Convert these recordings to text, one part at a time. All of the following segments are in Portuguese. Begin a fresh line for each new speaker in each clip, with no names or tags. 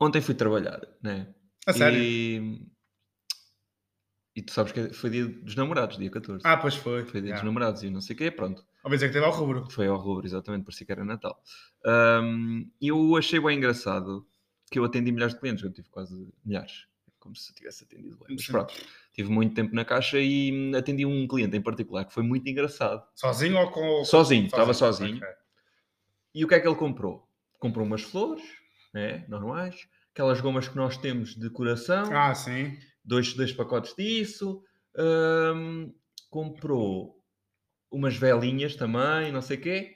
Ontem fui trabalhar, né?
A sério?
E... e tu sabes que foi dia dos namorados, dia 14.
Ah, pois foi.
Foi um- dia
Yeah.
dos namorados e não sei o quê, pronto.
Ao dizer que teve ao rubro.
Foi ao rubro, exatamente, parecia que era Natal. Ahm, E eu achei bem engraçado que eu atendi milhares de clientes, eu tive quase milhares. Como se eu tivesse atendido bem. Mas
Sim.
pronto, tive muito tempo na caixa e hum, atendi um cliente em particular que foi muito engraçado.
Sozinho ou com.
Sozinho, estava sozinho.
ok.
E o que é que ele comprou? Comprou umas flores, né, normais, aquelas gomas que nós temos de coração,
Ah, sim.
dois, dois pacotes disso, hum, comprou umas velinhas também, não sei o quê.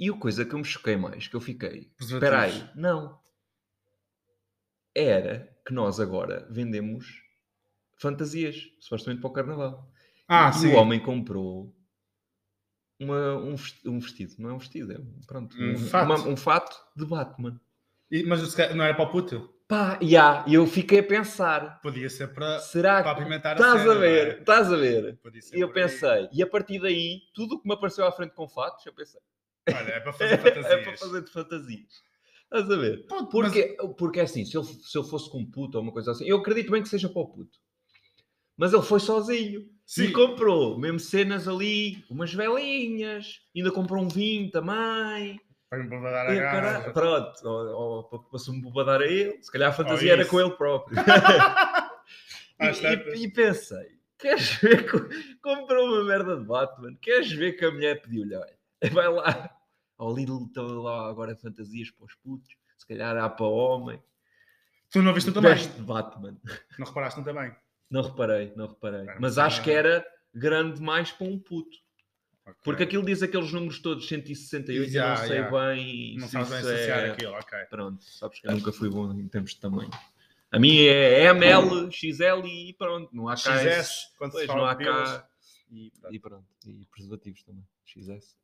E o coisa que eu me choquei mais, que eu fiquei, espera aí,
Preservativos.
não. Era que nós agora vendemos fantasias, supostamente para o carnaval.
Ah,
e
sim.
o homem comprou uma- um, vest- um vestido, não é um vestido, é um- pronto,
Um fato.
uma- um fato de Batman.
E- mas o seca- não era para o puto?
Pá, e há, e eu fiquei a pensar,
Podia ser para.
será
Para
que
apimentar Ah, a
estás
cena,
a
não
ver,
é?
estás a ver?
Podia ser
E eu
por aí.
pensei, e a partir daí, tudo o que me apareceu à frente com fatos, eu pensei,
Olha, é para
é
fazer fantasias.
para fazer de fantasias. Estás a ver?
Pô, mas-
Porque, porque é assim, se eu, se eu fosse com um puto ou uma coisa assim, eu acredito bem que seja para o puto. Mas ele foi sozinho
Sim.
e comprou mesmo cenas ali, umas velinhas, ainda comprou um vinho também.
Para me bobadar a
E, cara-
gaja.
pronto, ou, ou para se me bobadar a ele, se calhar a fantasia
Ou
era
isso.
com ele próprio.
Ah,
E-
está-
e, e pensei, queres ver? co- Comprou uma merda de Batman, queres ver que a mulher pediu-lhe? Olha, vai lá ao Lidl, estão lá agora fantasias para os putos, se calhar há para homem.
Tu não viste o tamanho?
Veste de Batman.
Não reparaste no tamanho?
Não reparei, não reparei.
Era
Mas
muito
acho que era grande mais para um puto.
Ah, Ok.
Porque aquilo diz aqueles números todos, 168, eu
Yeah,
não sei
yeah.
bem.
Não
se
sabes bem
isso é-
associar aquilo, ok.
Pronto, sabes que eu nunca fui bom em termos de tamanho. A minha é ML, XL e pronto, não há cá. esse-
XS, quando se
Pois,
fala
não há
de pilas.
cá.
E, pronto.
E pronto, e preservativos também. XS.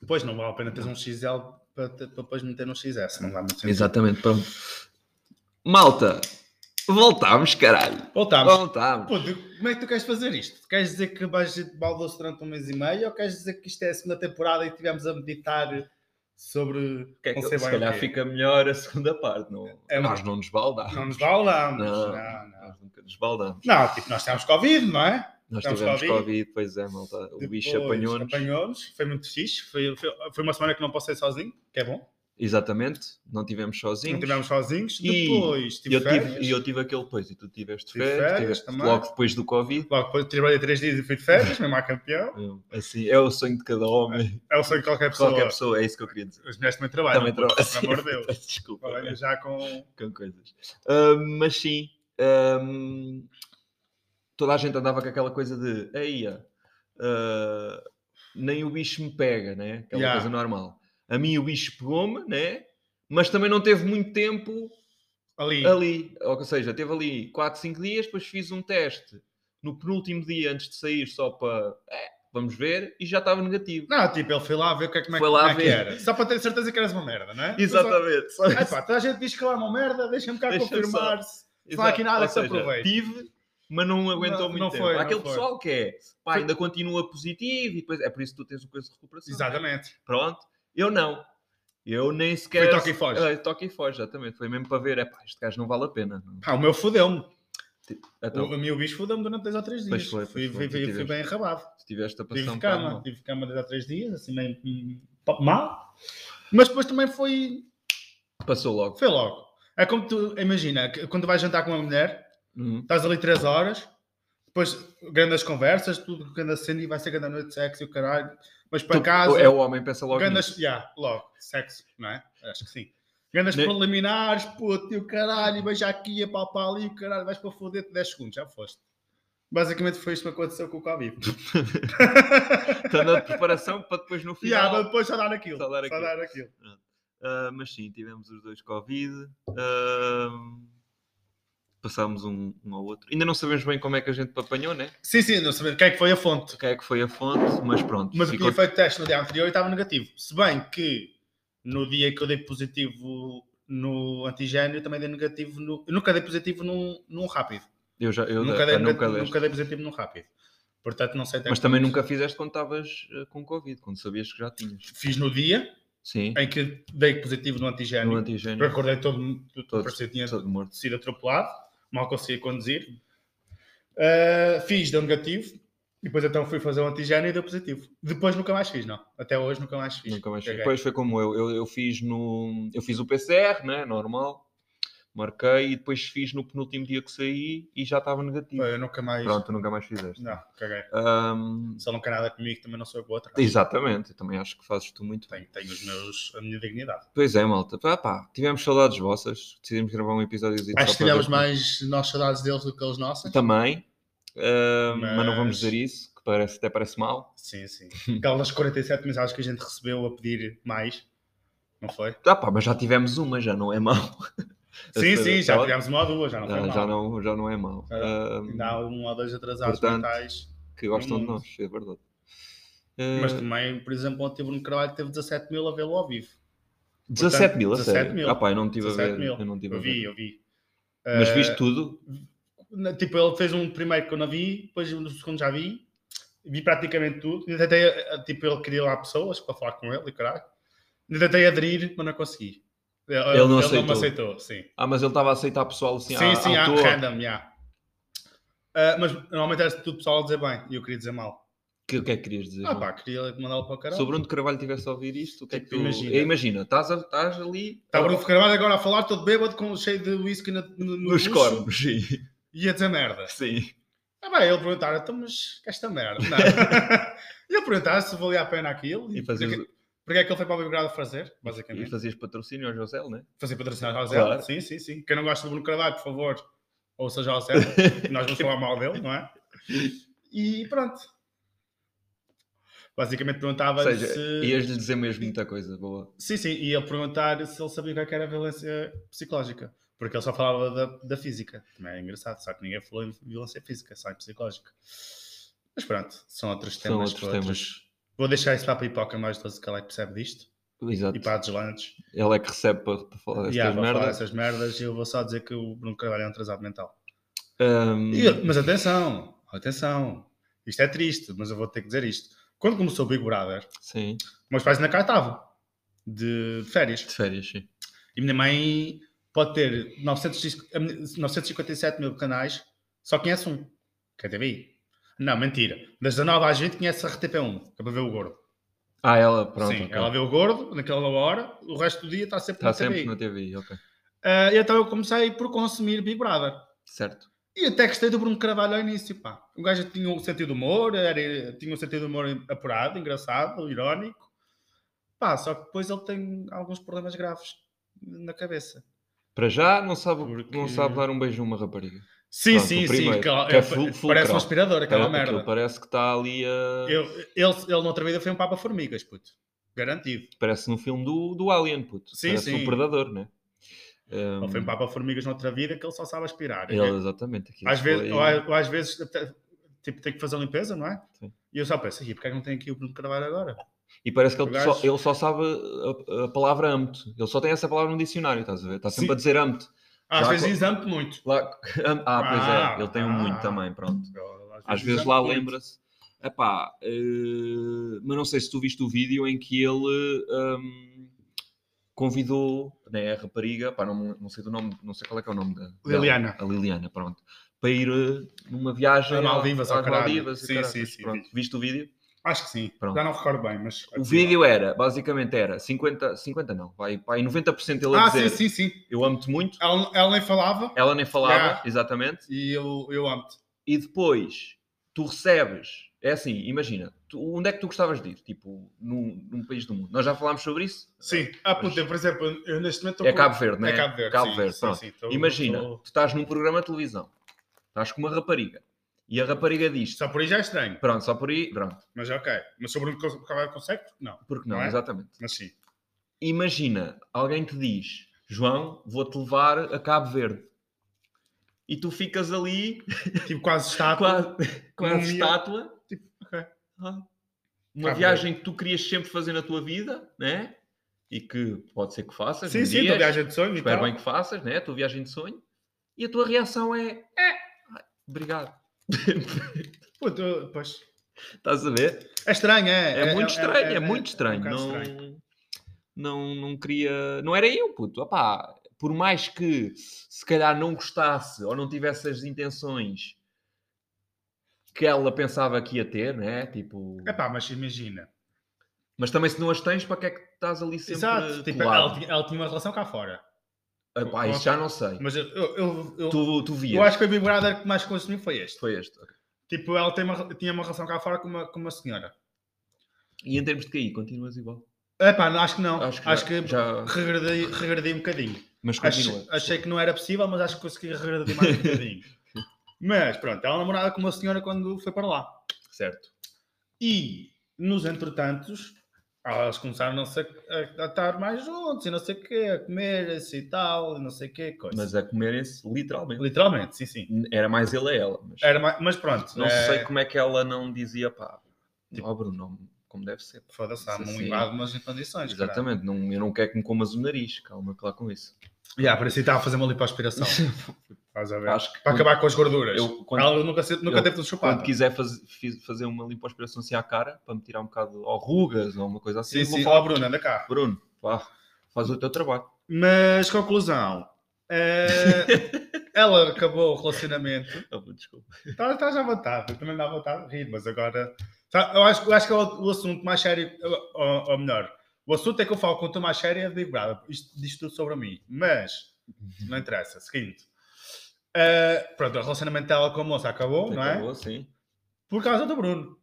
Depois não vale a pena teres um XL para, te- para depois meter num XS, não dá muito sentido.
Exatamente, pronto. Malta, voltámos, caralho.
Voltámos.
Voltámos.
Pô, de- como é que tu queres fazer isto? Queres dizer que vais de baldoço durante um mês e meio ou queres dizer que isto é a segunda temporada e estivemos a meditar sobre.
Que é que-
não sei
se
bem o
calhar
quê?
fica melhor a segunda parte, não?
É uma-
Nós não nos baldámos.
Não nos baldámos.
Não,
Não, não.
Nós nunca nos baldámos.
Não, tipo, nós temos Covid, não é?
Nós
Tivemos
tivemos
Covid.
Covid, pois é, malta. O bicho
Depois
apanhou-nos.
apanhou-nos, Foi muito fixe. Foi, foi, foi uma semana que não passei sozinho, que é bom.
Exatamente, não tivemos sozinhos.
Não estivemos sozinhos.
E
Depois tive
eu, tive,
férias.
e eu tive aquele depois, e tu tiveste
Tive
férias,
férias
tiveste
também.
logo depois do Covid.
Logo depois trabalhei três dias e fui de férias, mesmo à campeão.
Eu- Assim, é o sonho de cada homem,
É o sonho de qualquer
de
pessoa.
qualquer pessoa, é isso que eu queria dizer.
As mulheres também trabalham.
Também
pô,
trabalho.
Pelo amor de Deus.
Peço Desculpa.
Trabalham já com.
com coisas. Ahm, mas sim, ahm, toda a gente andava com aquela coisa de eia, ah, nem o bicho me pega, né? Aquela
Yeah.
coisa normal. A mim o bicho pegou-me, né? Mas também não teve muito tempo
Ali.
ali. Ou seja, teve ali 4, 5 dias, depois fiz um teste no penúltimo dia antes de sair só para "É, vamos ver e já estava negativo.
Não, tipo, ele foi lá ver o que é, como é,
Foi
como
lá
é que
ver.
era. Só para ter certeza que eras uma merda, não é?
Exatamente. Só-
Só- Ah, pá, toda a gente diz que lá é uma merda, deixa-me cá
Deixa-me
confirmar se não há
Exato.
aqui nada
Ou
que se
seja,
aproveite.
Tive, mas não aguentou
Não-
muito
não
tempo.
foi,
Há
não
Aquele
foi.
pessoal que é, pá,
Foi-
ainda continua positivo e depois é por isso que tu tens o coisa de recuperação. é?
Exatamente.
Pronto, eu não. Eu nem sequer.
toque e foge.
É, toque e foge, exatamente. Foi mesmo para ver, é pá, este gajo não vale a pena. não.
Pá, o meu fudeu-me.
Então,
O, o meu bicho fudeu-me durante dois ou três dias.
Pois foi, pois
fui,
foi,
fui-
tu
fui bem arrabado.
se tiveste a
Tive
passar
de
um bocado.
cama,
mal.
tive de cama dois ou três dias, assim meio hum, pá, mal. Mas depois também foi,
Passou logo.
foi logo. É como tu, imagina, que quando vais jantar com uma mulher,
Uhum.
estás ali 3 horas, depois grandes conversas, tudo grande acende e vai ser grande noite de sexo e o caralho. Mas para
Tu-
casa.
É o homem, pensa logo.
Gandas,
nisso.
yeah, logo, sexo, não é? Acho que sim. Gandas
Ne-
preliminares, puto, e o caralho, beija aqui, a papá ali, o caralho, vais para foder-te 10 segundos, já foste. Basicamente foi isto que aconteceu com o Covid.
Está na preparação para depois no final.
yeah, mas depois só dar aquilo.
Só
Só
dar
dar
aquilo.
aquilo.
Ah, mas sim, tivemos os dois Covid. ah, passámos um, um ao outro. Ainda não sabemos bem como é que a gente apanhou, né?
Sim, sim, não sabemos quem é que foi a fonte.
Quem é que foi a fonte, mas pronto.
Mas eu
ficou...
tinha feito teste no dia anterior e estava negativo. Se bem que no dia que eu dei positivo no antigênio, também dei negativo no. Eu nunca dei positivo num, num rápido.
Eu já, eu
nunca, dei,
pá, nunca
nunca,
deste.
dei positivo num rápido. Portanto, não sei até
Mas também
quando-
nunca fizeste quando estavas eh, com Covid, quando sabias que já tinhas.
fiz no dia
Sim.
em que dei positivo no antigênio.
No
Eu
antigênio.
Acordei todo, todo,
Todo-
parecia que tinha
Todo morto.
sido atropelado, mal conseguia conduzir. Ah, fiz, deu negativo. e Depois então fui fazer o antigênio e deu positivo. Depois nunca mais fiz, não. Até hoje nunca mais fiz.
Nunca mais
Caguei.
fiz. Depois foi como eu. eu. Eu fiz no. Eu fiz o PCR, né? Normal. Marquei e depois fiz no penúltimo dia que saí e já estava negativo.
Eu nunca mais.
Pronto, nunca mais fizeste.
Não, caguei.
Ahm,
Se ele não quer nada comigo, também não sou com outra.
exatamente, eu também acho que fazes tu muito.
Tenho, tenho os meus, a minha dignidade.
Pois é, malta. Pá, pá, tivemos saudades vossas. Decidimos gravar um episódio
Acho que tivemos mais nós saudades deles do que eles nossas.
Também. Ahm, mas... não vamos
Mas-
dizer isso, que parece, até parece mal.
Sim, sim. Aquelas 47 mensagens que a gente recebeu a pedir mais. Não foi?
Ah, pá, mas já tivemos uma, já não é mau.
Sim,
Essa-
sim, já
tá-
tivemos uma ou duas, já não foi
já,
mal.
já não, já não é mau.
Já-
Ahm,
Ainda há um ou dois atrasados
Portanto,
mentais.
que gostam de
mundo.
nós, é verdade.
Mas
Ah,
também, por exemplo, ontem tive um Carvalho que teve 17 mil a vê-lo ao vivo.
17 mil, a
17
sério.
mil.
Ah, pá, eu não tive a
17
ver.
mil.
Eu não tive
Eu
a ver.
vi, eu vi.
é- Mas
Eh,
viste tudo?
na- Tipo, ele fez um primeiro que eu não vi, depois um segundo já vi, vi praticamente tudo. Ainda tentei, eh, tipo, ele queria lá pessoas para falar com ele e caralho. Ainda tentei aderir, mas não consegui. Ele,
não
me
aceitou.
aceitou, sim.
Ah, mas ele estava a aceitar pessoal assim
Sim,
à,
sim,
à
há
toa.
random, yeah. Ah, mas normalmente era tudo pessoal a dizer bem e eu queria dizer mal.
Que, o que é que querias dizer?
Ah
João?
pá, queria mandá-lo para o caralho.
Se o Bruno Carvalho tivesse a ouvir isto, o que é que
Tipo,
tu...
imagina. Tá
Imagina, imagina estás, a- estás ali...
Está Bruno Carvalho agora a falar, todo bêbado, com, cheio de whisky na- no, no
Nos
bucho
cornos, sim.
E a dizer merda.
sim.
Ah bem, ele perguntar, então mas esta merda? Não. é?" e ele perguntar se valia a pena aquilo.
E
porque,
fazias,
porque é que ele foi para o Belgrado fazer,
e
basicamente.
fazias patrocínio ao José, né?
Fazer patrocinar ao Zé.
Claro.
Sim, sim, sim. Quem não gosta do Bruno Carvalho, por favor, ouça já o Zé. Nós vamos falar mal dele, não é? E pronto. Basicamente
Ou
perguntava-lhe
seja,
se...
ias-lhe dizer mesmo muita coisa boa.
Sim, sim, e ele perguntar se ele sabia o que é que era violência psicológica, porque ele só falava da, da física. Também é engraçado, só que ninguém falou em violência física, só em psicológica. Mas pronto, são outros
São
temas.
outros
para Vou deixar isso para a pipoca mais doce que ela é que percebe disto
Exato.
e para a deslantes.
Ele é que recebe para, para falar destas
E há para falar
merdas.
essas merdas e eu vou só dizer que o Bruno Carvalho é um atrasado mental.
Ahm,
E eu- mas atenção, atenção, isto é triste, mas eu vou ter que dizer isto. Quando começou o Big Brother,
Sim,
meus pais ainda cá estavam, de férias.
de férias, sim.
E minha mãe pode ter 900 a minha- 957 mil canais, só conhece um, que é a TVI. Não, mentira. Das 19 às 20 conhece a RTP1, que é para ver o gordo.
Ah, ela, pronto.
Sim,
ok.
ela vê o gordo naquela hora, o resto do dia está sempre
Está
na
sempre
TVI.
na TV, ok.
Ah, e então eu comecei por consumir Big Brother.
Certo.
E até gostei do Bruno Carvalho ao início, pá. O gajo tinha um sentido de humor, era, tinha um sentido de humor apurado, engraçado, irónico. Pá, só que depois ele tem alguns problemas graves na cabeça.
Para já, não sabe, não
Porque-
sabe dar um beijo a uma rapariga.
Sim,
Pronto,
sim,
o
sim.
primeiro,
aquela-
que é
pa-
full- full
parece
crawl.
um aspirador, aquela
Parece- aquilo
merda.
Parece que está ali a...
Eu, ele, ele na outra vida foi um Papa Formigas, puto. Garantido.
Parece no filme do, do Alien, puto.
Sim,
Parece
sim.
um predador, né?
Ele foi um Papa Formigas na outra vida que ele só sabe aspirar.
Hum.
É,
Ele, exatamente. aquilo
às, vezes,
foi-
ou, a- ou às vezes até, tipo, tem que fazer a limpeza, não é?
Sim.
E eu só penso, "Ih, porquê é que não tem aqui o Bruno Carvalho agora?
E parece que ele,
o gajo-
só, ele só sabe a, a palavra amte. Ele só tem essa palavra no dicionário, estás a ver? Está sempre
Sim.
a dizer amte.
Ah, Às
Já
vezes
co-
exame muito.
Lá- am- Ah, pois
Ah,
é. Ele tem um
ah.
muito também, pronto.
Às,
Às vezes lá
exame muito.
lembra-se. Epá, eh, mas não sei se tu viste o vídeo em que ele hum, convidou né, a rapariga, pá, não, não sei do nome, não sei qual é que é o nome da dela.
Liliana.
a Liliana, pronto, para ir eh, numa viagem
Às
ao-
Maldivas, ao
às
caralho.
Maldivas, e
Sim,
caraças,
sim, sim,
pronto. Viste o vídeo?
Acho que sim.
Pronto.
Já não recordo bem, mas.
O vídeo
é
era, basicamente era 50, 50 não, vai, vai 90% ele a
Ah,
dizer
sim, sim, sim.
eu amo-te muito,
Ela, ela nem falava
ela nem falava,
Yeah.
exatamente,
e eu, eu amo-te.
e depois tu recebes, é assim, imagina, tu- onde é que tu gostavas de ir? Tipo, num, num país do mundo. Nós já falámos sobre isso?
Sim. Ah,
Mas-
puta, por exemplo, eu neste momento estou
É
com-
Cabo Verde, não é?
É Cabo Verde. sim, sim,
pronto.
sim, tô-
imagina,
tô-
tu estás num programa de televisão, estás com uma rapariga, e a rapariga diz
Só por aí já é estranho,
pronto, só por aí, pronto,
mas é ok. Mas sobre o Bruno Carvalho consegue? Não,
porque não,
Não é?
exatamente.
mas sim.
imagina, alguém te diz, João, vou-te levar a Cabo Verde. E tu ficas ali,
Tipo, quase está.
quase, quase
Mumia.
estátua.
um Tipo, ok.
Ah. Uma
Cabo
viagem que tu querias sempre fazer na tua vida, né? E que pode ser que faças.
Sim,
um
sim,
dia,
estou viagem de sonho e
Espero
tal.
bem que faças, né? A tua viagem de sonho. E a tua reação é... "É, ah, Obrigado.
Puta, eu- pois.
Estás a ver?
É estranho, é.
É, muito estranho, é, muito
um
estranho.
bocado
não...
estranho.
não, não queria. Não era eu, puto. Opá, por mais que se calhar não gostasse ou não tivesse as intenções que ela pensava que ia ter, né? Tipo.
Epá, é mas imagina.
Mas também se não as tens, para que é que estás ali sempre
Exato. Tipo, ela,
colado?
tinha- ela tinha uma relação cá fora.
Epá, isso já não sei.
Mas eu, eu, eu, eu,
Tu, tu vias.
eu acho que o Big Brother que mais consumi foi este.
Foi este. ok.
Tipo, ela tem uma- tinha uma relação cá fora com uma, com uma senhora.
E em termos de KI, continuas igual.
Epá, não, acho que não.
Acho
Acho
que
que,
já- já-
regredi, regredi um bocadinho.
Mas continua.
Achei, achei que não era possível, mas acho que consegui regredir mais um bocadinho. Mas pronto, ela namorava com uma senhora quando foi para lá.
Certo.
E nos entretantos, elas começaram-se a, a, a estar mais juntos e não sei o quê, a comer-se e tal, e não sei o quê, coisa.
Mas é- a comerem-se, literalmente.
Literalmente, sim, sim.
Era mais ele a ela. Mas
Era mais, mas pronto,
não
é,
sei como é que ela não dizia, pá,
Tipo-
abre o nome, como deve ser.
Foda-se, há
Isso
um
assim.
linguado, mas em condições. caralho.
Exatamente, não, eu não quero que me comas o nariz, calma que lá com isso.
Yeah, parecia que ah, estava a fazer uma lipoaspiração. Estás a ver?
Acho que
Para
quando,
acabar com as gorduras.
eu, quando,
Ela nunca, se- nunca
eu-
teve tudo
quando
chupado.
quiser faz- fiz- fazer uma limpa-aspiração assim à cara, para me tirar um bocado, ou rugas, ou uma coisa assim,
Sim,
vou
sim.
falar,
Ó, Bruno, anda cá.
Bruno, vá, faz o teu trabalho.
Mas, conclusão. eh, ela acabou o relacionamento.
Ah, pô, Desculpa.
Estás estás à vontade. Então, Eu também dá vontade de rir, mas agora... Tá, Eu acho, eu acho que é o, o assunto mais sério... Ou, ou melhor, o assunto é que eu falo quanto mais sério é de Big Brother. Isto diz tudo sobre mim. Mas,
Uhum.
não interessa. Seguinte. Eh, pronto, o relacionamento dela com a moça acabou, não é?
Acabou, sim.
por causa do Bruno.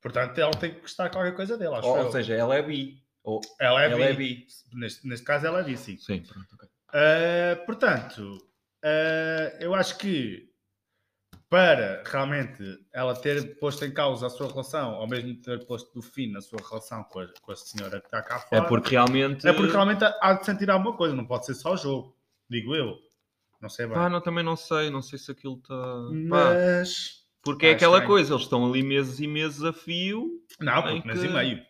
Portanto, ela tem que gostar de qualquer coisa dele, acho
Ou,
eu.
ou seja, ela é bi. Ou,
ela é
ela é bi.
bi. Neste, neste caso, ela é bi, sim.
Sim, pronto, ok.
Ah, portanto, ah, eu acho que para realmente ela ter posto em causa a sua relação, ou mesmo ter posto do fim na sua relação com a, com a senhora que está cá
É
fora,
porque realmente...
é porque realmente há de sentir alguma coisa, não pode ser só o jogo, digo eu. Não sei bem.
Pá, não, também não sei, não sei se aquilo está...
Mas.
Porque é
Ah,
aquela
estranho.
coisa, eles estão ali meses e meses a fio.
Não,
Em
porque um mês
que-
e meio.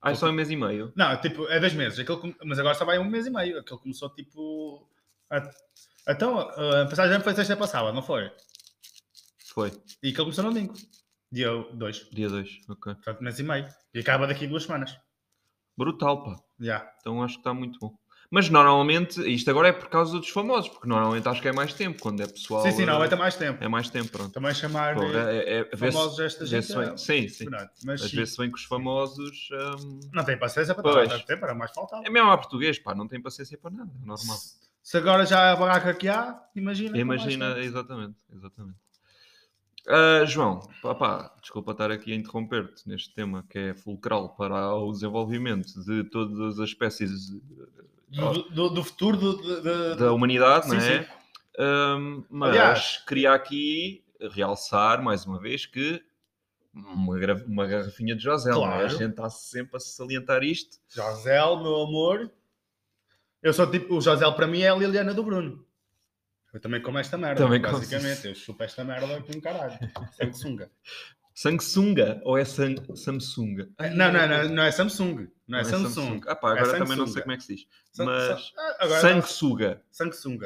Ah, é só um mês e meio.
Não, tipo, é dois meses. Aquilo com- Mas agora só vai um mês e meio. Aquilo começou tipo. a- Então, a a passagem foi sexta passada, não foi?
Foi,
E aquilo começou no domingo. Dia 2.
dia 2. Ok.
Portanto, mês e meio. E acaba daqui duas semanas.
Brutal, pá.
Já.
Então acho que está muito bom. Mas normalmente, isto agora é por causa dos famosos, porque normalmente acho que é mais tempo, quando é pessoal.
Sim, sim, não,
eh,
aguenta mais tempo.
é mais tempo, pronto.
Também chamar
Pô,
eh,
é- é- é- vê-se-
famosos esta gente.
vê-se bem-
é
sim, sim.
impressionante. Mas
Às
sim,
vezes vem com os famosos. hum,
não tem paciência para
Pois.
tanto tempo, era mais faltava.
É mesmo a português, pá, não tem paciência para nada, é normal.
Se- Se agora já é a barraca que há, imagina. com mais
Imagina,
tempo.
exatamente, exatamente. Ah, João, pá, pá, desculpa estar aqui a interromper-te neste tema que é fulcral para o desenvolvimento de todas as espécies
Do, do- do futuro do, do- do-
da humanidade,
Sim,
não é?
sim.
Ahm, mas
Aliás-
queria aqui realçar mais uma vez que uma, gra- uma garrafinha de José, não é? a
Claro.
gente está sempre a salientar isto.
Josel, meu amor. Eu sou tipo. O Josel para mim é a Liliana do Bruno. Eu também como esta merda.
Também como-
basicamente. Eu chupo esta merda por um caralho. Samsung.
Samsunga ou é San, Samsunga? Ai,
Não, não, não, não é Samsung. Não é
não
Samsung.
Ah, pá,
É
agora também não
Samsunga.
sei como é que se diz.
Sam-
Mas
Sam- Ah, agora não.
Sangsuga.
Samsung.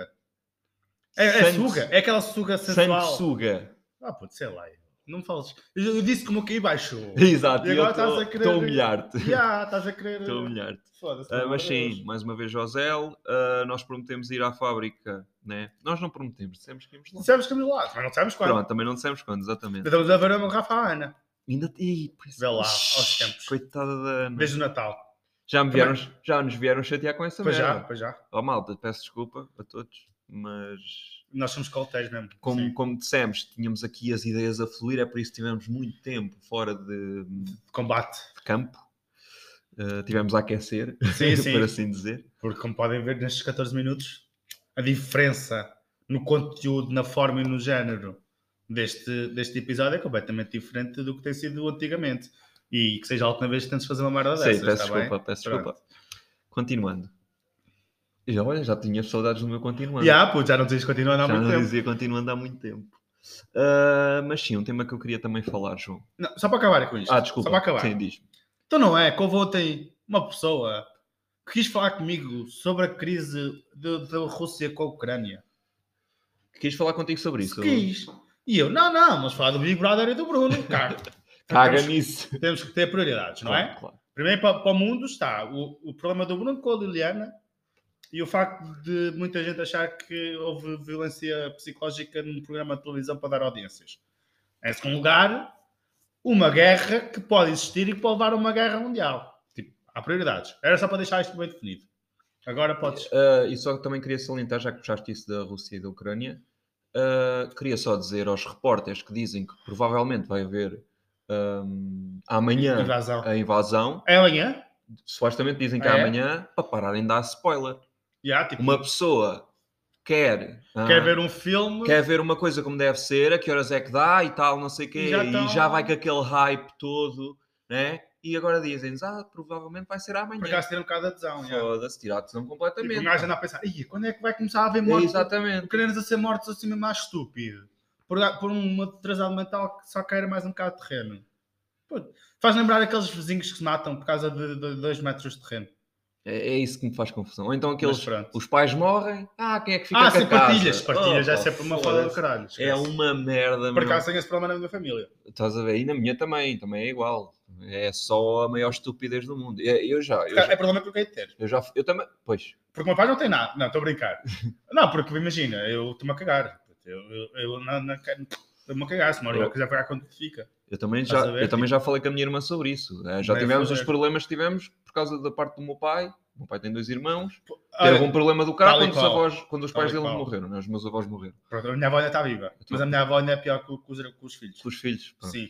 É, é
Sangs-
suga. É aquela suga sensual.
Sangsuga.
Ah, putz, sei lá. Não me fales. Eu, eu disse como o QI baixou.
Exato,
E
e eu
agora estás a
estou
querer-
a humilhar-te. Estou
Já, estás a querer.
a humilhar-te.
Foda-se.
Ah,
pelo
mas
amor de
sim,
Deus.
mais uma vez, Josel, ah, nós prometemos ir à fábrica, né? Nós não prometemos, dissemos que íamos lá.
Sabes que me lá, mas não sabes quando.
Pronto, também não dissemos quando, exatamente.
Estamos a ver uma garrafa à Ana.
Ainda. Ih, pois-
Vê lá, aos tempos.
Coitada da Ana.
Beijo de Natal.
Já, me vieram, já nos vieram chatear com essa
Pois já,
merda.
pois já.
Oh, malta, peço desculpa a todos, mas.
Nós somos coltéis mesmo.
Como,
Sim.
como dissemos, tínhamos aqui as ideias a fluir, é por isso que tivemos muito tempo fora de, de
Combate.
campo. Ah, tivemos a aquecer,
Sim, sim.
por assim dizer.
Porque como podem ver nestes 14 minutos, a diferença no conteúdo, na forma e no género deste, deste episódio é completamente diferente do que tem sido antigamente. E que seja a última vez que tentes fazer uma merda dessas,
Sei, peço
está bem?
desculpa, peço
Pronto.
desculpa. Continuando. Já, olha, já tinha saudades do meu continuando.
Já, pô, já não tens continuado há
já
muito
não
tempo.
dizia continuando há muito tempo. Ah, mas sim, um tema que eu queria também falar, João.
Não, só para acabar com isto.
Ah, desculpa.
Só para acabar.
Sim, diz.
Então não é que houve ontem uma pessoa que quis falar comigo sobre a crise de- da Rússia com a Ucrânia.
Quis falar contigo sobre
Se
isso.
quis. E eu, não, não, mas falar do Big Brother e do Bruno, cara.
Caga
temos,
nisso.
temos que ter prioridades, então não é?
Claro, claro.
Primeiro, para, para o mundo está o, o problema do Bruno com a Liliana e o facto de muita gente achar que houve violência psicológica num programa de televisão para dar audiências. Em segundo lugar, uma guerra que pode existir e que pode levar a uma guerra mundial. Tipo, há prioridades. Era só para deixar isto bem definido. Agora podes.
Ah, e só também queria salientar, já que puxaste isso da Rússia e da Ucrânia, ah, queria só dizer aos repórteres que dizem que provavelmente vai haver ahm, amanhã
Invasão.
a invasão,
É amanhã?
supostamente dizem que
Ah,
é
é?
amanhã, para pararem de dar spoiler.
Já, tipo,
Uma pessoa quer, ah,
quer ver um filme.
quer ver uma coisa como deve ser, a que horas é que dá e tal, não sei o quê,
E já tá
e
tão-
já vai com aquele hype todo, né? E agora dizem-nos, ah, provavelmente vai ser amanhã.
Por acaso ter um bocado de adesão. já.
Foda-se, tirar a tesão
Tipo, um
completamente.
gajo anda a pensar, "Ih, quando é que vai começar a haver
É,
mortes?
exatamente.
Ucranianos a ser mortos assim mesmo mais estúpido. Por, por um atrasado mental que só queira mais um bocado de terreno. Pô, faz lembrar aqueles vizinhos que se matam por causa de, de dois metros de terreno.
É, é isso que me faz confusão. Ou então
Mas
aqueles.
pronto.
Os pais morrem. Ah, quem é que fica
Ah,
com a
sim,
casa?
partilhas. Partilhas é
Opa,
sempre uma
foda-se.
foda do caralho.
É
esquece.
uma merda,
Por
meu.
acaso tenho esse problema na minha família.
Estás a ver? E na minha também, também é igual. É só a maior estupidez do mundo. Eu, eu já, eu
É
já,
problema que eu quero ter.
eu já- eu também. Pois,
Porque o meu pai não tem nada. Não, estou a brincar. não, porque imagina, eu estou-me a cagar. Eu, eu, eu não, não quero. Estou-me a cagar. Se uma hora
Eu-
eu quiser pagar quanto fica.
eu também
Estás
já,
a ver,
eu também já falei com a minha irmã sobre isso. Eh, Já
Bem
tivemos
fazer.
os problemas que tivemos por causa da parte do meu pai. O meu pai tem dois irmãos.
Olha,
Teve um problema do carro
tal e
quando os,
qual.
avós, quando os
Tal
pais
e
dele
qual.
morreram, né? os meus avós morreram.
pronto, a minha avó ainda está viva. Mas a minha avó ainda é pior que, os, que os filhos.
Com os filhos. pronto.
Sim.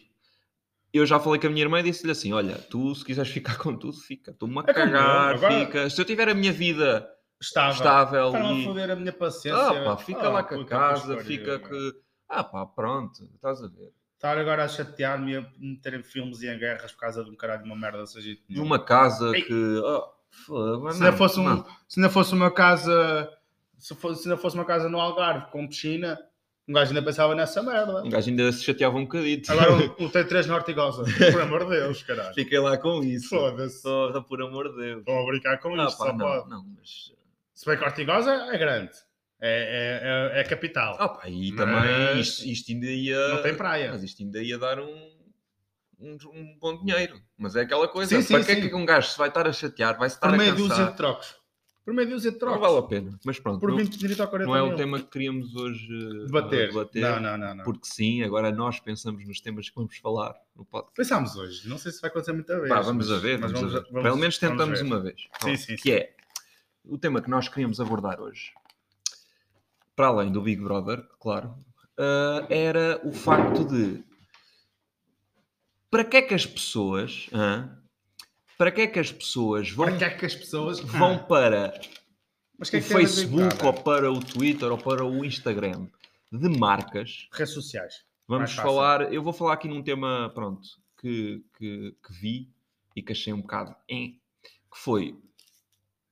eu já falei com a minha irmã e disse-lhe assim: Olha, tu se quiseres ficar com tudo, fica. Estou-me a
É como eu,
cagar,
agora- Ah, Então,
fica. Se eu tiver a minha vida
Estava.
estável
Estavam a
e.
foder a minha paciência.
Ah, pá, fica
Ah,
lá com a
puta,
casa,
que
fica
história, meu.
que. Ah, pá, pronto, estás a ver.
Estar agora a chatear-me e a meterem filmes e em guerras por causa de um caralho de uma merda, seja de
E
novo.
uma casa
Ei.
que. Oh, foda,
Hum. se não, fosse um- se não fosse uma casa. Se, fosse, se não fosse uma casa no Algarve com piscina, um gajo ainda pensava nessa merda.
Um gajo ainda se chateava um bocadito.
Agora um, um T3 Nortigosa, por amor de Deus, caralho.
Fiquei lá com isso.
Foda-se.
Só, por amor de Deus.
Estão a brincar com
Ah,
isto,
pá,
só
não,
pode.
não, mas.
Se bem que Ortigosa é grande, é, é, é, é capital,
Ah, pá, e
Mas-
também isto, isto ainda ia.
não tem praia.
Mas isto ainda ia dar um, um, um bom dinheiro. Mas é aquela coisa.
Sim, sim,
para que
sim.
é que um gajo se vai estar a chatear? Vai se estar
Por
a
meia
cansar?
dúzia de trocos. Por meia dúzia de
Não
trocos.
vale a pena. Mas pronto,
Por
não,
20 direito ou 40
não é o
mil.
tema que queríamos hoje eh,
Debater.
debater,
Não, não, não. não.
Porque sim, agora nós pensamos nos temas que vamos falar no podcast.
Pensámos hoje. Não sei se vai acontecer muita vez.
Pá, vamos
mas-
a ver,
mas
vamos, a ver.
vamos-
Pelo menos
vamos
tentamos
ver.
uma vez.
Sim, sim,
Que é o tema que nós queríamos abordar hoje, para além do Big Brother, claro, ah, era o facto de para que é que as pessoas hã? para que é que as pessoas vão,
Para que é que as pessoas
vão
Ah,
para
mas que é
o
que tem a ver com
Facebook
nada?
ou para o Twitter ou para o Instagram de marcas
redes sociais?
Vamos
Mais fácil.
falar, eu vou falar aqui num tema, pronto, que, que, que vi e que achei um bocado em, que foi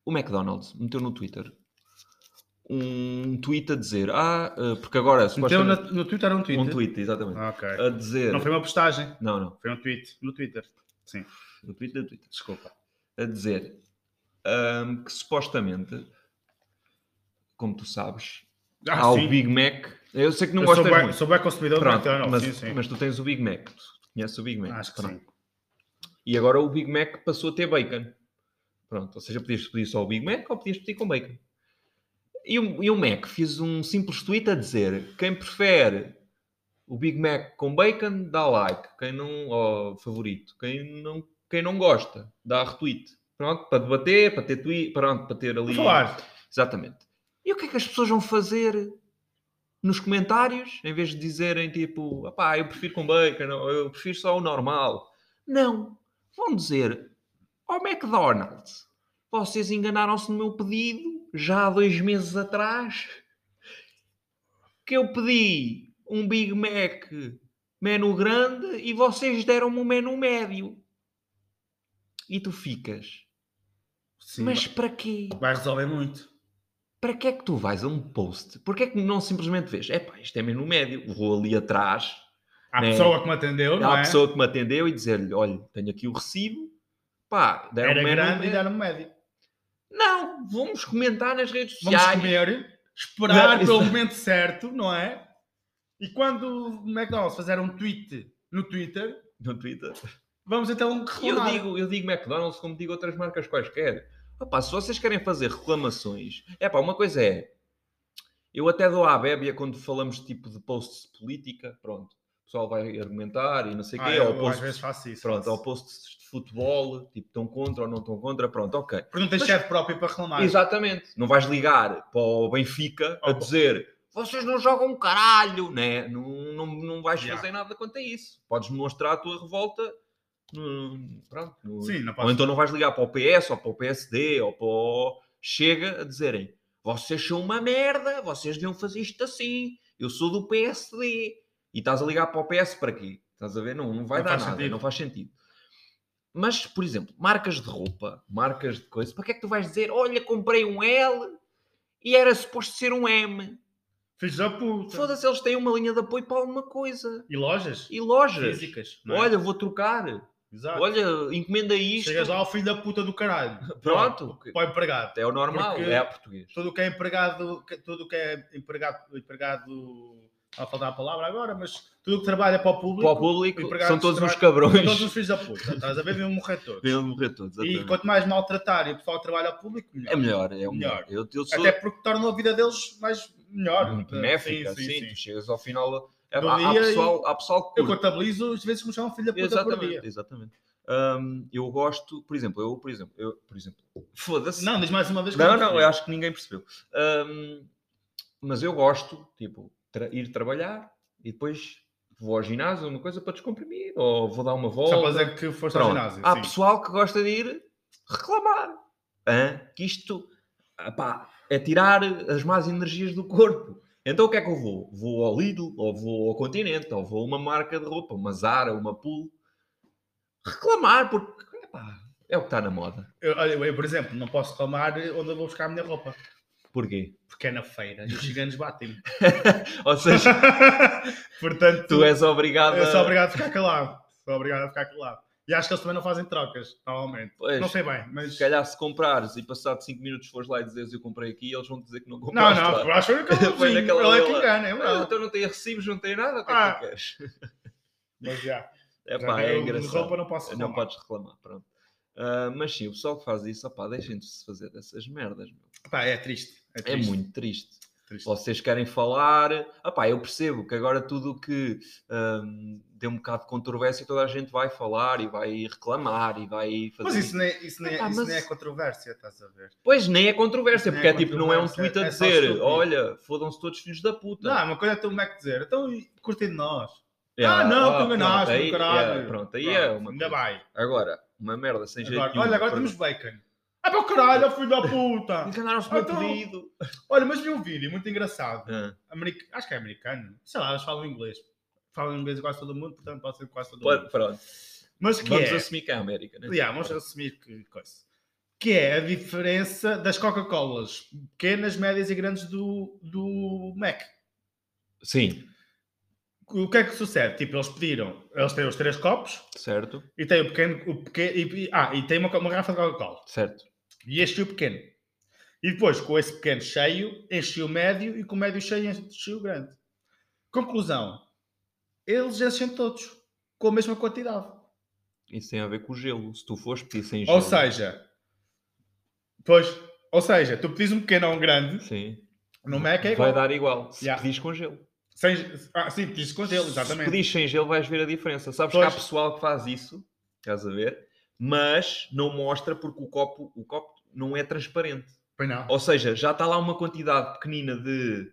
o McDonald's meteu no Twitter um tweet a dizer, ah, eh, porque agora
Meteu
supostamente...
no, no Twitter um tweet.
Um tweet, exatamente.
Ah, ok.
A dizer...
Não foi uma postagem,
Não, não,
foi um tweet no Twitter. Sim,
no tweet do Twitter.
desculpa.
A dizer ahm, que supostamente, como tu sabes,
Ah,
há
sim.
o Big Mac... Eu sei que não
Eu
gostas
sou bem,
muito.
sou bem consumidor do
Pronto,
McDonald's,
mas,
sim, sim.
mas tu tens o Big Mac. Tu conheces o Big Mac.
Acho que
pronto.
sim.
E agora o Big Mac passou a ter bacon. Pronto, ou seja, podias pedir só o Big Mac ou podias pedir com bacon. E o, e o Mac fez um simples tweet a dizer: quem prefere o Big Mac com bacon, dá like. Quem não. Ou favorito. Quem não, quem não gosta, dá retweet. Pronto, para debater, para ter tweet, pronto, para ter ali.
Vou falar.
Exatamente. E o que é que as pessoas vão fazer nos comentários, em vez de dizerem tipo, "Ah pá, eu prefiro com bacon, ou eu prefiro só o normal? Não. Vão dizer, ó McDonald's, vocês enganaram-se no meu pedido já há dois meses atrás, que eu pedi um Big Mac menu grande e vocês deram-me um menu médio. E tu ficas,
Sim,
mas para quê?
vai resolver muito.
para que é que tu vais a um post? Porque é que não simplesmente vês? É pá, isto é menu médio, vou ali atrás
À
É.
pessoa que me atendeu, não
à
é?
pessoa que me atendeu e dizer-lhe: olha, tenho aqui o recibo, pá, deram um
Era
menu
grande e um
médio.
deram-me médio.
Não, vamos comentar nas redes
Vamos
sociais.
comer, esperar
Não,
pelo
isso-
momento certo, não é? E quando o McDonald's fizer um tweet no Twitter,
No Twitter.
Vamos então
Eu
reclamar.
digo, eu digo McDonald's como digo outras marcas quaisquer. Opa, se vocês querem fazer reclamações, é pá, uma coisa é. Eu até dou à bébia quando falamos tipo de posts de política, pronto. O pessoal vai argumentar e não sei é o
Ah,
quê,
eu
ou
às
posts,
vezes faço isso.
pronto, é
faço.
ou posts de futebol, tipo, estão contra ou não estão contra, pronto, ok.
Porque não tens
Mas-
chefe próprio para reclamar.
Exatamente. Não vais ligar para o Benfica a
Oh, pô.
dizer vocês não jogam um caralho, né? não, não, não vais
Yeah.
fazer nada quanto a isso. Podes mostrar a tua revolta. No, pronto, no-
Sim, não
ou
posso.
então não vais ligar para o PS ou para o PSD ou para o Chega a dizerem vocês são uma merda, vocês deviam fazer isto assim, eu sou do PSD. E estás a ligar para o PS para quê? Estás a ver? Não, não vai
Não
dar
faz
nada,
sentido.
não faz sentido. Mas, por exemplo, marcas de roupa, marcas de coisa, para que é que tu vais dizer olha, comprei um L e era suposto ser um M?
Filhos da puta.
Foda-se, eles têm uma linha de apoio para alguma coisa.
E lojas?
E lojas.
Físicas. não é?
Olha, vou trocar.
Exato.
Olha, encomenda isto.
Chegas lá ao filho da puta do caralho.
Pronto.
Para o empregado.
É o normal,
Porque-
é a português.
Tudo o que é empregado, que- tudo o que é empregado, empregado, a faltar a palavra agora, mas tudo o que trabalha para o público,
Para o público,
empregados
são todos
será-
uns cabrões.
são todos os filhos da puta. Estás a ver? Vêm morrer todos.
Vêm morrer todos.
E
exatamente.
quanto mais maltratar e o pessoal que trabalha ao público, melhor.
É melhor, é o melhor.
Melhor.
Eu, eu sou
Até porque torna a vida deles mais melhor.
benéfica,
Sim, sim, sim.
assim, Tu chegas ao final. é-
Do
há, há
dia
pessoal, há pessoal que
Eu
curte.
contabilizo as vezes que me chamam filho da puta por dia.
Exatamente, exatamente. Hum, eu gosto, por exemplo, eu, por exemplo, eu, por exemplo, foda-se.
Não, diz mais uma vez. que é um
Não,
eu
não,
percebi.
eu acho que ninguém percebeu. Hum, mas eu gosto, tipo, tra- ir trabalhar e depois vou ao ginásio, uma coisa para descomprimir, ou vou dar uma volta.
Só para dizer que foste ao
Pronto. Ah,
ginásio.
Há
sim.
pessoal que gosta de ir reclamar. Hã? Que isto ah pá, é tirar as más energias do corpo. Então o que é que eu vou? Vou ao Lidl, ou vou ao Continente, ou vou a uma marca de roupa, uma Zara, uma Pull. Reclamar, porque epá, é o que está na moda.
Eu, olha, eu, por exemplo, não posso reclamar onde eu vou buscar a minha roupa.
Porquê?
Porque é na feira e os ciganos batem-me.
Ou seja,
Portanto,
tu és obrigado
eu sou
a...
obrigado a ficar calado. Sou obrigado a ficar calado. E acho que eles também não fazem trocas, normalmente.
Pois,
Não sei bem, mas.
Se calhar se comprares e passado 5 minutos fores lá e dizes eu comprei aqui, eles vão dizer que não
Não,
compraste
não,
lá.
eu acho que eu
Foi naquela
Ele é que
dela.
engana, eu
Ah,
não.
então não tem recibos, não tem nada, o que é
Ah.
que tu queres?
Mas já.
Epá,
já, eu
é
de
engraçado.
roupa não posso
Não
reclamar.
podes reclamar, pronto. Ah, mas sim, o pessoal que faz isso, opá, deixem-se fazer dessas merdas. meu.
Pá, é triste. É,
É
triste, é
muito triste.
triste.
Vocês querem falar, opá, eu percebo que agora tudo o que hum, deu um bocado de controvérsia, toda a gente vai falar e vai reclamar e vai fazer.
Mas isso nem, isso nem,
Epá,
isso
mas-
nem é controvérsia, estás a ver?
Pois nem é controvérsia,
Isso nem
porque
é
é, tipo, não é um
controvérsia,
tweet a
é só
dizer,
estúpido.
olha, fodam-se todos filhos da puta.
Não, uma coisa é tu o Mac dizer, então e- curtem de nós.
Yeah,
ah, não, tu
pronto,
enganaste,
aí,
do caralho.
yeah, pronto, aí é uma
Ainda
coisa.
vai.
Agora, uma merda sem jeito
Agora,
nenhum.
olha, agora
perdão.
temos bacon. Ah, meu caralho, ó filho da puta!
Enganaram-se o meu
Então-
pedido.
Olha, mas vi um vídeo muito engraçado.
Ah.
Americ- Acho que é americano. Sei lá, eles falam inglês. Falam inglês quase todo mundo, portanto pode ser quase todo
Pode-
mundo.
pronto.
Mas que
Vamos
é...
assumir que é a América, né?
Yeah, vamos assumir que coisa. Que é a diferença das Coca-Colas pequenas, médias e grandes do, do Mac.
Sim,
O que é que sucede? Tipo, eles pediram, eles têm os três copos
certo,
e têm o pequeno, o pequeno e, e- ah, e tem uma, co- uma garrafa de Coca-Cola.
certo.
E este é o pequeno. E depois, com esse pequeno cheio, enchi o médio e com o médio cheio, enchi o grande. Conclusão. Eles enchem todos com a mesma quantidade.
Isso tem a ver com o gelo. Se tu fores pedir sem gelo.
Ou seja, pois, ou seja, tu pedis um pequeno ou um grande,
Sim.
no Mac é
Vai
igual.
dar igual. Se
Yeah.
pedis com gelo.
Sem, ah, sim, pediste com gelo,
Se
exatamente.
pedis sem gelo, vais ver a diferença. Sabes
Pois.
que há pessoal que faz isso, estás a ver? Mas não mostra porque o copo, o copo não é transparente.
Pois não.
Ou seja, já está lá uma quantidade pequenina de,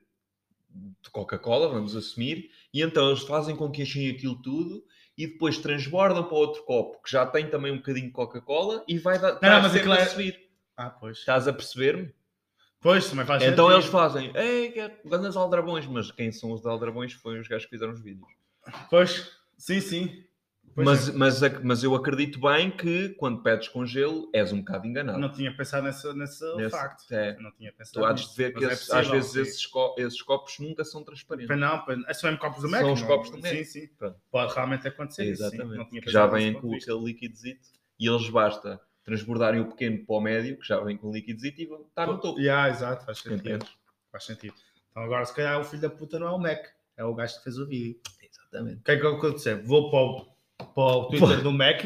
de Coca-Cola, vamos assumir, e então eles fazem com que enchem aquilo tudo e depois transbordam para outro copo que já tem também um bocadinho de Coca-Cola e vai dar. vai
não, mas
sempre
aquilo é-
a subir.
Ah, pois.
Estás a perceber-me?
Pois, também faz
Então
sentido.
eles fazem, ei, que- grandes aldrabões, mas quem são os aldrabões foi os gajos que fizeram os vídeos.
Pois, sim, sim. Pois
Mas,
é.
mas, ac- mas eu acredito bem que quando pedes com gelo és um bocado enganado.
não tinha pensado nesse, nesse,
Nesse-
facto.
é.
Não tinha pensado.
Tu há de
nisso.
ver que
Mas é
esses- às
possível,
vezes
sim.
esses, co- esses copos nunca são transparentes.
Pois não, pois não. Esses são mesmo copos do Mac?
São os
não? é?
copos do Mac.
Sim, sim.
Pronto.
Pode realmente acontecer. isso, sim.
Exatamente.
Não tinha
que já
pensado
vêm
nesse ponto
com
de vista.
aquele liquidizito e eles basta transbordarem o pequeno para o médio, que já vem com liquidizito e vão estar no topo.
Yeah, exato, faz sentido.
Entendes?
Faz sentido. Então agora, se calhar, o filho da puta não é o Mac. É o gajo que fez o vídeo.
Exatamente.
O que é que aconteceu? Vou para o para o Twitter do Mac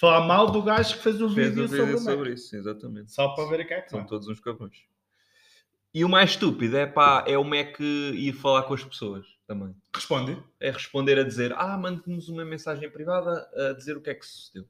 falar mal do gajo que fez o
Fez
vídeo
um
sobre
vídeo
o Mac.
sobre isso, exatamente.
Só para ver o que é que
São
são.
todos uns cabrões. E o mais estúpido é pá, é o Mac ir falar com as pessoas também.
Responde.
É responder a dizer, ah, mande-nos uma mensagem privada a dizer o que é que sucedeu.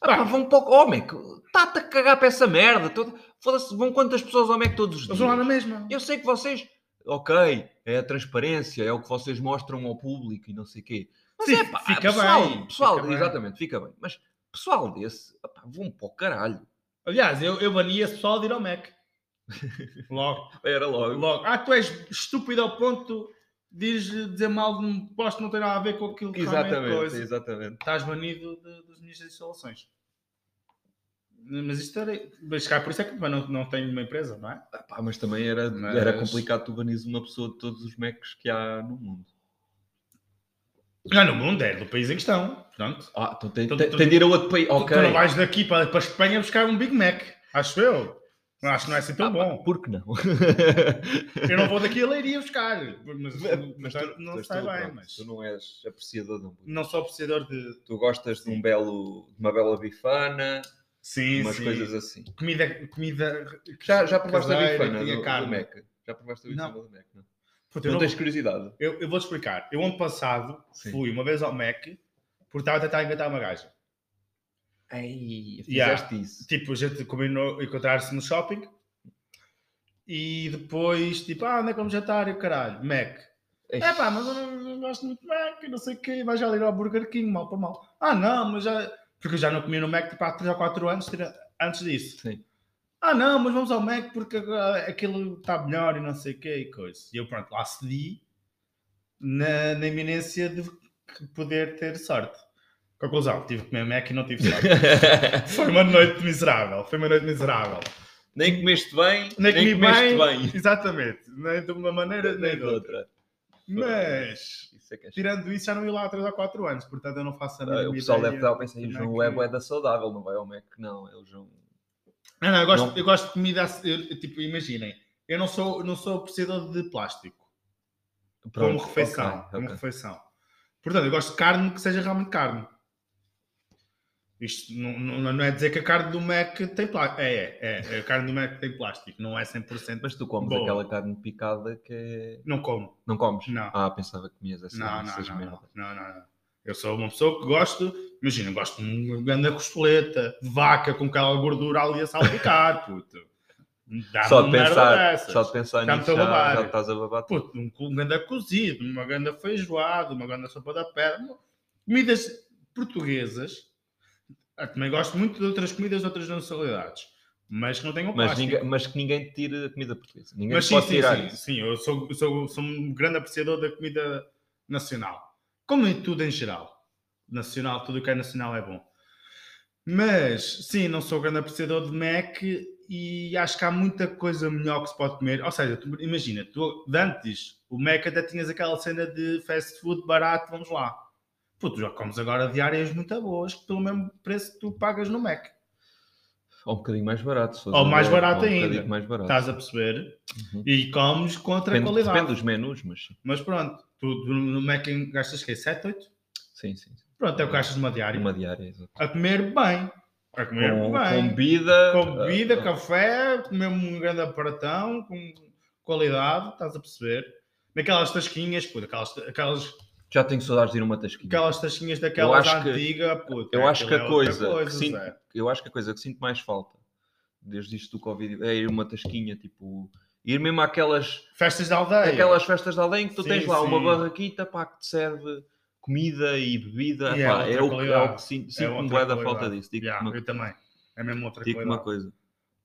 Ah,
Pá.
pá, vão para o oh, Mac, está-te a cagar para essa merda. toda- Foda-se, vão quantas pessoas ao Mac todos os
Eles vão lá na
dias?
mesma.
Eu sei que vocês, ok, é a transparência, é o que vocês mostram ao público e não sei o quê. Mas
Sim,
é pá,
fica
pessoal,
bem,
pessoal
fica bem.
exatamente, fica bem. Mas pessoal desse, ah, pá, vão para o caralho.
Aliás, eu, eu bania só de ir ao Mac. Logo.
Era logo.
Logo. Ah, tu és estúpido ao ponto de ires dizer mal de um posto que não tem nada a ver com aquilo que realmente
Exatamente,
coisa.
exatamente.
Estás banido de- das minhas instalações. Mas isto era... Mas cá, por isso é que pá, não, não tenho uma empresa, não é?
Ah, pá, mas também era,
Mas- é
era complicado tu banires uma pessoa de todos os Macs que há no mundo.
Não, no mundo, é do país em questão. Pronto.
Ah, então tem,
Tu-
tem-
tu-
tem de ir a outro país.
Tu-
Ok.
Tu não vais daqui para, para a Espanha buscar um Big Mac, acho eu. Não, Acho que não é assim tão
Ah, pá,
bom.
Por que não?
Eu não vou daqui a Leiria buscar, mas, mas
tu-
não
mas
sai
tu,
bem.
pronto,
mas
Tu não és apreciador de hambúrguer.
não sou apreciador de
Tu gostas de um belo, de uma bela bifana,
sim,
umas
sim.
coisas assim.
comida, comida.
Já, já provaste a
caseira,
bifana
que tinha
do, do
carne.
Mac? Já provaste a bifana do Mac? Não,
Puta,
não,
eu, não-
tens curiosidade?
eu- eu vou te explicar. Eu ano passado
Sim.
fui uma vez ao Mac porque estava a tentar engatar uma gaja.
Ei, fizeste
Yeah.
isso.
Tipo, a gente combinou encontrar-se no shopping e depois, tipo, ah, onde é que vamos jantar? E o caralho, Mac. É pá, mas eu não, não gosto muito de Mac, não sei o quê, vai já ali ao Burger King, mal para mal. Ah, não, mas já. Porque eu já não comia no Mac tipo, há 3 ou 4 anos tira- antes disso.
Sim.
Ah, não, mas vamos ao Mac porque agora aquilo está melhor e não sei o quê e coisa. E eu, pronto, lá cedi na, na iminência de poder ter sorte. Conclusão, tive que comer Mac e não tive sorte. Foi uma noite miserável, foi uma noite miserável.
nem comeste bem,
Nem
nem,
comi
comeste
bem,
bem.
Exatamente, nem de uma maneira nem
Nem
de
de
outra.
outra.
Mas,
Isso é que é
tirando isso, já não ia lá há 3 ou 4 anos, portanto eu não faço a
Ah,
mínima
o pessoal
ideia.
deve estar a pensar, "Ih, o
como é
João
que-
Web é da saudável, não vai ao Mac, não. É o João.
Ah, Não, não, eu gosto,
Não.
eu gosto de comida, ass- eu- tipo, imaginem, eu não sou, não sou apreciador de plástico, como
Pronto,
refeição,
ok,
como
ok.
refeição. Portanto, eu gosto de carne que seja realmente carne. Isto não, não, não é dizer que a carne do Mac tem plástico. É, é, é, a carne do Mac tem plástico, não é 100%. Mas
Mas tu comes
Boa.
aquela carne picada que é.
não como.
Não comes?
Não.
Ah, pensava que comias essa,
Não, não,
essas
não, não,
merdas.
não, não, não. Eu sou uma pessoa que gosto, imagina, gosto de uma grande costeleta de vaca com aquela gordura ali a salpicar, puto. Dá-me
Só de
uma merda
pensar,
dessas.
só de pensar
Já me
nisso,
estou a
já,
babar.
já estás a babar. tudo.
Puto, um, um ganda cozido, uma ganda feijoada, uma ganda sopa da pedra. uma- Comidas portuguesas. Ah, também gosto muito de outras comidas, de outras nacionalidades. Mas que não tenham
Mas,
plástico.
ninguém- mas que ninguém te tire a comida portuguesa. Ninguém
Mas
te
sim,
pode
sim,
tirar
sim,
isso.
sim, eu sou, sou, sou um grande apreciador da comida nacional. Como em tudo em geral. Nacional, tudo o que é nacional é bom. Mas, sim, não sou grande apreciador de Mac e acho que há muita coisa melhor que se pode comer. Ou seja, tu, imagina, tu, de antes o Mac até tinhas aquela cena de fast food barato, vamos lá. Pô, tu já comes agora diárias muito boas pelo mesmo preço que tu pagas no Mac.
Ou um bocadinho mais barato. se fores
Ou
a
mais
ver,
barato
ou um
ainda.
bocadinho mais barato.
Estás a perceber?
Uhum.
E comes com outra
Depende,
qualidade.
depende dos menus, mas sim.
Mas pronto, tu, tu no Mac gastas o quê? 7, 8?
Sim, sim. sim.
Pronto, é o que gastas numa diária.
Uma diária, exato.
A comer bem. A comer
Com, com
bem.
bebida.
Com, bebida,
ah, ah,
café, comer um grande aparatão, com qualidade, estás a perceber? Naquelas tasquinhas, puto, aquelas, aquelas,
Já tenho saudades de ir a uma tasquinha.
aquelas tasquinhas daquelas
acho que-
antiga, puto.
eu
é,
acho que
aquilo
a
é outra
coisa, que sinto,
Zé.
eu acho que a coisa que sinto mais falta desde isto do Covid é ir a uma tasquinha, tipo, ir mesmo àquelas,
Festas da aldeia.
àquelas festas de além que tu
Sim,
tens lá uma
sim.
barraquita pá, que te serve comida e bebida.
E é
pá,
outra
é, o que, é o
qualidade.
que sinto,
É
sinto me
outra
bué da falta
qualidade.
disso. Digo-te
Yeah,
uma,
Eu também. É mesmo outra
digo-te
coisa.
Tipo, uma coisa.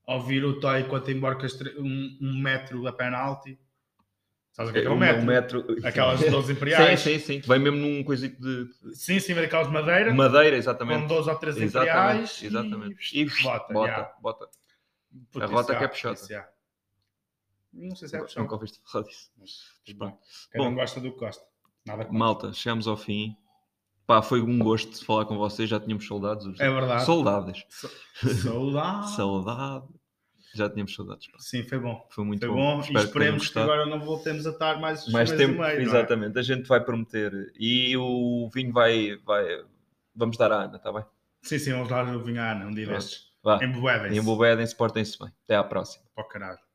Ouvir o Toy quando embarcas tre- um, um metro da penalti. Sabes o que é, que é
Um-
um
um
metro?
metro-
Aquelas
sim,
12 imperiais. Sim,
sim, sim. Vem mesmo num coisito de
sim. vem daquelas de
de
madeira,
madeira,
com
exatamente.
12 ou 13 imperiais.
Exatamente,
e-
exatamente. E,
bota,
bota,
yeah.
bota, bota.
Puta,
A rota
isso
que é
há,
peixota.
isso há. Não sei se é
Nunca
puxota.
ouviste falar disso. Mas pronto.
Quem não
Bom.
gosta do que gosta. Nada contra.
Malta, chegamos ao fim. Pá, foi um gosto falar com vocês. Já tínhamos saudades. hoje.
É verdade.
Saudades.
Saudade.
Saudade. Já tínhamos saudades. pá.
Sim, foi bom.
Foi muito
Foi
bom. Espero
bom. e
que tenham
esperemos que,
gostado.
agora não voltemos a estar mais,
Mais
mês
tempo,
e meio, não é?
exatamente. A gente vai prometer. E o vinho vai, vai, Vamos dar à Ana, está bem?
Sim, sim, vamos lá vinho à Ana um dia
Pronto.
destes.
Vá.
Em Boedas.
E embobedem-se, portem-se bem. Até à próxima.
Para o caralho.